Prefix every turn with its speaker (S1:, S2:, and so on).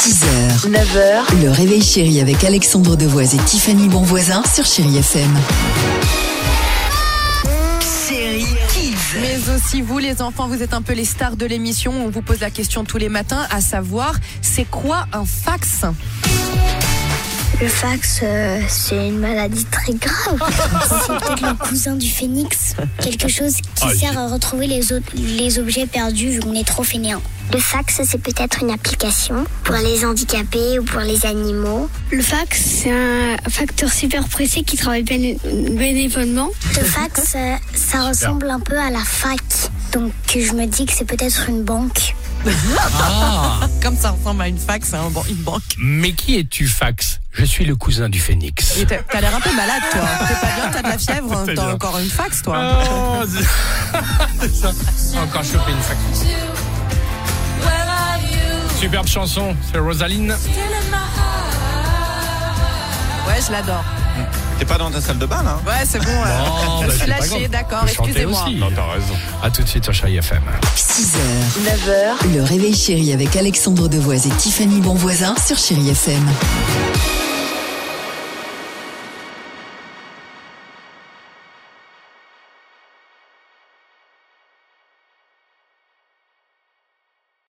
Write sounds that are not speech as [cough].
S1: 6h, 9h, le réveil chéri avec Alexandre Devoise et Tiffany Bonvoisin sur Chéri FM. Chéri Kids.
S2: Mais aussi vous les enfants, vous êtes un peu les stars de l'émission. On vous pose la question tous les matins, à savoir, c'est quoi un fax
S3: Le fax, euh, c'est une maladie très grave. c'est peut-être le cousin du phénix. Quelque chose qui sert à retrouver les, o- les objets perdus vu qu'on est trop fainéant.
S4: Le fax, c'est peut-être une application pour les handicapés ou pour les animaux.
S3: Le fax, c'est un facteur super pressé qui travaille bénévolement. Le fax, euh, ça ressemble un peu à la fac. Donc je me dis que c'est peut-être une banque.
S2: Comme ça ressemble à une fax, à une banque.
S5: Mais qui es-tu, Fax Je suis le cousin du phénix.
S2: T'as t'as l'air un peu malade, [laughs] toi. T'es pas bien, Euh. t'as de la fièvre, hein.
S5: Très
S2: t'as
S5: bien.
S2: encore une fax, toi.
S5: Oh, c'est ça. Encore chopé une fax. Superbe chanson, c'est Rosaline.
S2: Ouais, je l'adore.
S6: T'es pas dans ta salle de bain là hein
S2: Ouais, c'est bon. euh,
S5: Oh,
S2: je
S5: bah,
S2: suis
S5: c'est pas
S2: lâchée,
S5: grave.
S2: d'accord,
S5: Vous chantez
S2: excusez-moi.
S5: aussi. Non, t'as raison. A tout de suite sur Chéri FM.
S1: 6h, 9h, le réveil chéri avec Alexandre Devoise et Tiffany Bonvoisin sur Chéri FM.